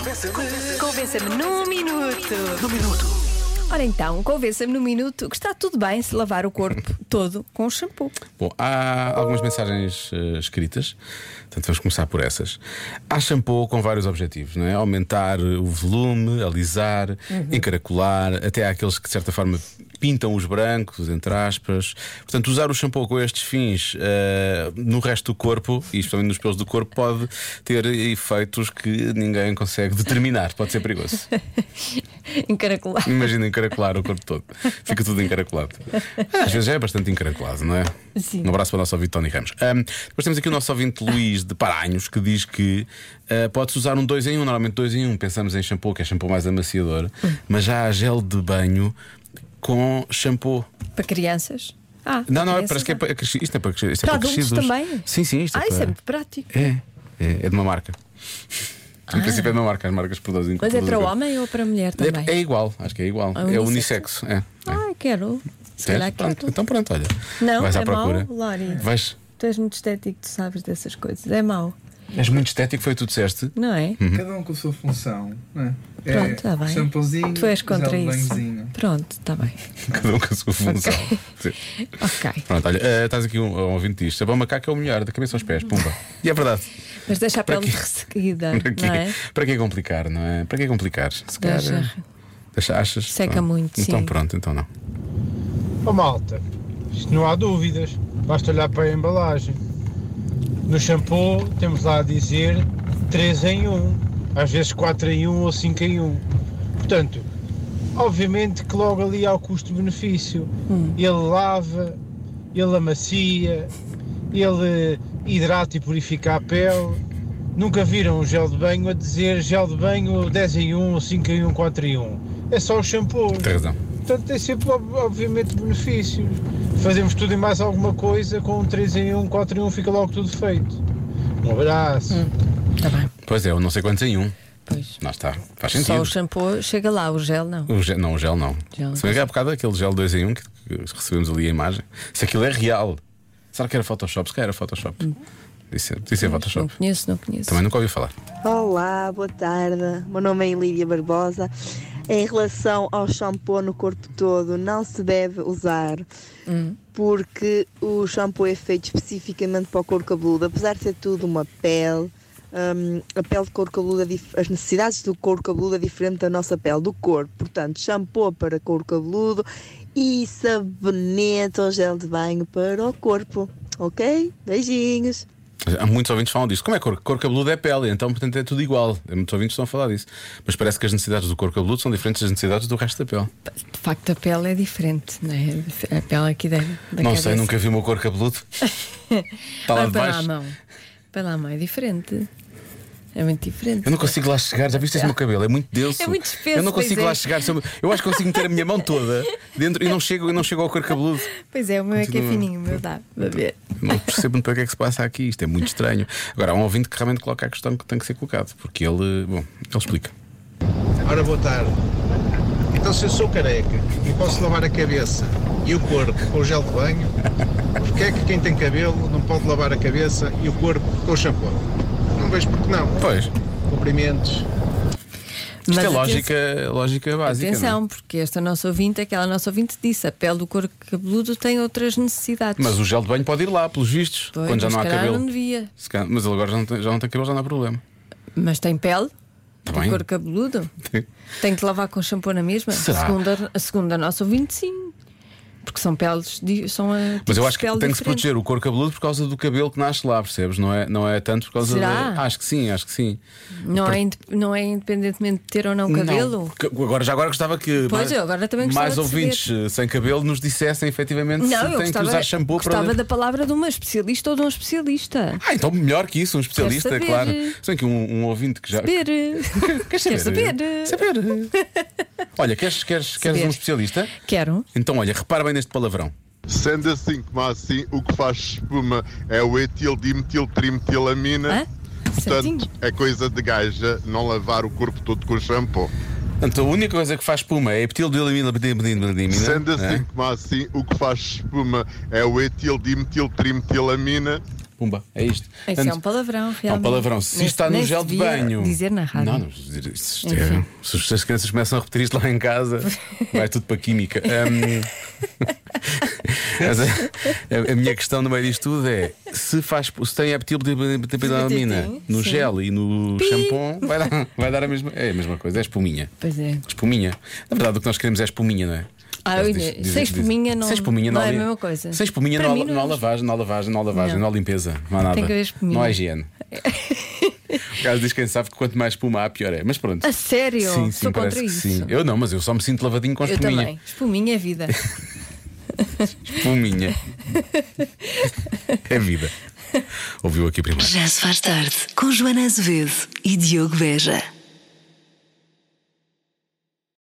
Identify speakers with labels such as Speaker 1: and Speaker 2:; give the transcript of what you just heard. Speaker 1: Convença-me.
Speaker 2: Convença-me num minuto.
Speaker 1: No minuto.
Speaker 2: Ora então, convença-me num minuto que está tudo bem se lavar o corpo todo com shampoo.
Speaker 3: Bom, há algumas mensagens eh, escritas, portanto vamos começar por essas. Há shampoo com vários objetivos, não é? Aumentar o volume, alisar, encaracolar, até há aqueles que de certa forma pintam os brancos, entre aspas. Portanto, usar o shampoo com estes fins eh, no resto do corpo, e especialmente nos pelos do corpo, pode ter efeitos que ninguém consegue determinar, pode ser perigoso.
Speaker 2: Encaracolar.
Speaker 3: Imagina encaracolar o corpo todo. Fica tudo encaracolado. Às vezes já é bastante encaracolado, não é?
Speaker 2: Sim.
Speaker 3: Um abraço para o nosso ouvinte Tony Ramos. Ahm, depois temos aqui o nosso ouvinte Luís de Paranhos que diz que ah, pode-se usar um 2 em 1. Um. Normalmente 2 em 1 um. pensamos em shampoo, que é shampoo mais amaciador, mas já há gel de banho com shampoo.
Speaker 2: Para crianças. Ah,
Speaker 3: Não,
Speaker 2: para
Speaker 3: não,
Speaker 2: crianças,
Speaker 3: parece que é para cresci- Isto é para, cresci- isto é
Speaker 2: Para
Speaker 3: para,
Speaker 2: adultos
Speaker 3: crescidos.
Speaker 2: também?
Speaker 3: Sim, sim, isto é
Speaker 2: Ah,
Speaker 3: para...
Speaker 2: isso é muito prático.
Speaker 3: É, é, é de uma marca. No princípio é de uma marca, as marcas produzem.
Speaker 2: Ah. Mas é para
Speaker 3: produzem-
Speaker 2: o homem ou para a mulher também?
Speaker 3: É, é igual, acho que é igual.
Speaker 2: É
Speaker 3: É
Speaker 2: unissexo?
Speaker 3: unissexo. É. é.
Speaker 2: Ah, quero. Se
Speaker 3: Tens?
Speaker 2: calhar é
Speaker 3: Pronto,
Speaker 2: quero.
Speaker 3: Então pronto, olha.
Speaker 2: Não,
Speaker 3: Vais
Speaker 2: é
Speaker 3: à procura.
Speaker 2: mau, Lori.
Speaker 3: Vais.
Speaker 2: Tu és muito estético, tu sabes dessas coisas. É mau,
Speaker 3: És muito estético, foi o que tu disseste.
Speaker 2: não é?
Speaker 3: Hum.
Speaker 4: Cada um com a sua função, não é?
Speaker 2: Pronto,
Speaker 4: é,
Speaker 2: está bem.
Speaker 4: shampoozinho,
Speaker 2: Tu és contra
Speaker 4: gel
Speaker 3: um
Speaker 4: de
Speaker 2: isso.
Speaker 4: banhozinho.
Speaker 2: Pronto, está bem.
Speaker 3: Cada um com a sua função. Sim.
Speaker 2: Ok.
Speaker 3: Pronto, olha, eh, estás aqui um, um ouvinte disto. Sabão macaco é o melhor, da cabeça aos pés, pumba. E é verdade.
Speaker 2: Mas deixa a
Speaker 3: Para
Speaker 2: pele
Speaker 3: quê?
Speaker 2: resseguida,
Speaker 3: Para quê,
Speaker 2: não é?
Speaker 3: para quê complicar, não é? Para quê complicar? Se calhar,
Speaker 2: Deixa.
Speaker 3: eh, Deixa, achas?
Speaker 2: Seca
Speaker 3: Pronto.
Speaker 2: muito,
Speaker 3: Então
Speaker 2: sim.
Speaker 3: pronto, então não.
Speaker 5: Ó malta, isto não há dúvidas, basta olhar para a embalagem. No shampoo temos lá a dizer 3 em 1, às vezes 4 em 1 ou 5 em 1. Portanto, obviamente que logo ali há o custo-benefício. Ele lava, ele amacia, ele hidrata e purifica a pele. Nunca viram um gel de banho a dizer gel de banho 10 em 1, 5 em 1, 4 em 1. É só o shampoo.
Speaker 3: Tem razão.
Speaker 5: Portanto, tem sempre, ob- obviamente, benefícios. Fazemos tudo e mais alguma coisa, com um 3 em 1, 4 em 1, fica logo tudo feito. Um abraço.
Speaker 2: Está bem.
Speaker 3: Pois é, eu não sei quantos em um.
Speaker 2: Pois.
Speaker 3: Lá está. Faz
Speaker 2: Só o
Speaker 3: sentido.
Speaker 2: shampoo chega lá, o gel não.
Speaker 3: O gel- não, o gel não.
Speaker 2: Gel.
Speaker 3: Se bem que há bocado aquele gel 2 em 1 que que recebemos ali a imagem. Se aquilo é real. Será que era Photoshop? Se calhar era Photoshop.
Speaker 2: Hum.
Speaker 3: Disse, disse
Speaker 2: Não
Speaker 3: Photoshop.
Speaker 2: conheço, não conheço.
Speaker 3: Também nunca ouvi falar.
Speaker 6: Olá, boa tarde. Meu nome é Ilíria Barbosa. Em relação ao shampoo no corpo todo, não se deve usar porque o shampoo é feito especificamente para o couro cabeludo. Apesar de ser tudo uma pele, hum, a pele de couro cabeludo, é dif- as necessidades do couro cabeludo é diferente da nossa pele, do corpo. Portanto, shampoo para couro cabeludo e sabonete ou gel de banho para o corpo. Ok? Beijinhos.
Speaker 3: Há muitos ouvintes que falam disso. Como é cor? Cor cabeludo é pele, então portanto é tudo igual. Muitos ouvintes estão a falar disso. Mas parece que as necessidades do cor cabeludo são diferentes das necessidades do resto da pele.
Speaker 2: De facto, a pele é diferente, não é? A pele aqui da, da
Speaker 3: não
Speaker 2: cabeça.
Speaker 3: sei, nunca vi o meu cor cabeludo. Está lá
Speaker 2: Olha
Speaker 3: de
Speaker 2: para lá a
Speaker 3: baixo.
Speaker 2: mão. Para lá a mão é diferente. É muito diferente.
Speaker 3: Eu não consigo lá chegar, já viste esse meu cabelo? É muito denso.
Speaker 2: É muito espesso,
Speaker 3: Eu não
Speaker 2: pois
Speaker 3: consigo
Speaker 2: é.
Speaker 3: lá chegar. Se Eu eu acho que consigo meter a minha mão toda dentro e não chego, e não chego ao cor cabeludo.
Speaker 2: Pois é, o meu é que é
Speaker 3: Continua.
Speaker 2: fininho, o meu dá. Para ver.
Speaker 3: Não percebo muito para que é que se passa aqui, isto é muito estranho. Agora, há um ouvinte que realmente coloca a questão que tem que ser colocado, porque ele, bom, ele explica.
Speaker 7: Ora, boa tarde. Então, se eu sou careca e posso lavar a cabeça e o corpo com o gel de banho, porque é que quem tem cabelo não pode lavar a cabeça e o corpo com o shampoo? Não vejo porque não.
Speaker 3: Pois, isto
Speaker 7: Cumprimentos.
Speaker 2: Mas
Speaker 3: é
Speaker 2: atenção-
Speaker 3: lógica, lógica básica. não é?
Speaker 2: Atenção, porque esta nossa ouvinte, aquela nossa ouvinte disse, a pele do couro cabeludo tem outras necessidades.
Speaker 3: Mas o gel de banho pode ir lá, pelos vistos,
Speaker 2: Pois,
Speaker 3: quando já
Speaker 2: mas
Speaker 3: não há
Speaker 2: se calhar
Speaker 3: cabelo.
Speaker 2: não devia.
Speaker 3: Se calhar- mas ele agora já não, tem, já não tem cabelo, já não há problema.
Speaker 2: Mas tem pele?
Speaker 3: Tá
Speaker 2: do
Speaker 3: bem.
Speaker 2: couro cabeludo?
Speaker 3: Tem.
Speaker 2: Tem que lavar com shampoo na mesma?
Speaker 3: Será?
Speaker 2: Segundo a, a segundo a nossa ouvinte, sim. Porque são peles. di- São a,
Speaker 3: Mas eu
Speaker 2: tipos
Speaker 3: acho
Speaker 2: de
Speaker 3: que
Speaker 2: pele
Speaker 3: tem que se
Speaker 2: diferentes.
Speaker 3: proteger o couro cabeludo por causa do cabelo que nasce lá, percebes? Não é, não é tanto por causa
Speaker 2: Será?
Speaker 3: da. Acho que sim, acho que sim.
Speaker 2: Não é, inde- não é independentemente de ter ou não cabelo?
Speaker 3: Não, porque agora, já agora gostava que
Speaker 2: Pois,
Speaker 3: mais,
Speaker 2: eu agora também gostava
Speaker 3: mais
Speaker 2: de
Speaker 3: ouvintes eh, sem cabelo nos dissessem efetivamente
Speaker 2: Não,
Speaker 3: se
Speaker 2: eu
Speaker 3: têm
Speaker 2: gostava,
Speaker 3: que usar shampoo para.
Speaker 2: gostava da palavra de uma especialista ou de um especialista.
Speaker 3: Ah, então melhor que isso, um especialista,
Speaker 2: Quer saber?
Speaker 3: claro. Se bem que um, um ouvinte que já.
Speaker 2: Saber.
Speaker 3: Queres
Speaker 2: Quer
Speaker 3: saber?
Speaker 2: saber?
Speaker 3: Olha, queres, queres, queres
Speaker 2: Saber.
Speaker 3: um especialista?
Speaker 2: Quero.
Speaker 3: Então, olha, repara bem neste palavrão.
Speaker 8: Sendo assim como assim, o que faz espuma é o etil dimetil trimetilamina.
Speaker 2: Hã? Certinho.
Speaker 8: Portanto, é coisa de gaja não lavar o corpo todo com shampoo.
Speaker 3: Portanto, a única coisa que faz espuma é epitilamina. é?
Speaker 8: assim.
Speaker 3: né?
Speaker 8: Sendo assim como assim, o que faz espuma é o etil dimetil trimetilamina.
Speaker 3: Pumba, é isto.
Speaker 2: Isso é um palavrão,
Speaker 3: É um
Speaker 2: realmente.
Speaker 3: palavrão. Se
Speaker 2: Nem-
Speaker 3: está no
Speaker 2: nem
Speaker 3: gel
Speaker 2: se
Speaker 3: de
Speaker 2: devia
Speaker 3: banho.
Speaker 2: dizer na rádio.
Speaker 3: Não, não, dizer- isto é-
Speaker 2: Enfim.
Speaker 3: se as- se as crianças começam a repetir isto lá em casa, vai tudo para a química. Hum, mas a, a- a minha questão no meio disto tudo é: se, faz, se tem é eptilbutilamina no
Speaker 2: Sim.
Speaker 3: gel e no
Speaker 2: Pi.
Speaker 3: shampoo, vai dar, vai dar a, mesma, é a mesma coisa, é espuminha.
Speaker 2: Pois é.
Speaker 3: Espuminha. Na verdade, o que nós queremos é espuminha, não é?
Speaker 2: Ah,
Speaker 3: Por
Speaker 2: eu
Speaker 3: causa
Speaker 2: ainda-
Speaker 3: disto- diz-
Speaker 2: sem
Speaker 3: diz-
Speaker 2: espuminha não-
Speaker 3: sem espuminha
Speaker 2: não é a
Speaker 3: há-
Speaker 2: mesma coisa.
Speaker 3: Sem espuminha
Speaker 2: Para
Speaker 3: não, há-
Speaker 2: mim não
Speaker 3: não há
Speaker 2: é.
Speaker 3: lavagem, não há lavagem, não há lavagem,
Speaker 2: Não.
Speaker 3: não há limpeza, não há nada.
Speaker 2: Tem que haver espuminha.
Speaker 3: Não há higiene. Por causa diz quem sabe que quanto mais espuma há, pior é. Mas pronto.
Speaker 2: A sério?
Speaker 3: Sim, sim,
Speaker 2: Ah, Sou
Speaker 3: parece
Speaker 2: contra
Speaker 3: que
Speaker 2: isso.
Speaker 3: sim. Eu não, mas eu só me sinto lavadinho com
Speaker 2: Eu
Speaker 3: espuminha.
Speaker 2: também. Espuminha é vida.
Speaker 3: Espuminha. é vida. Ouviu aqui primeiro.
Speaker 1: Já se faz tarde com Joana Azevedo e Diogo Beja.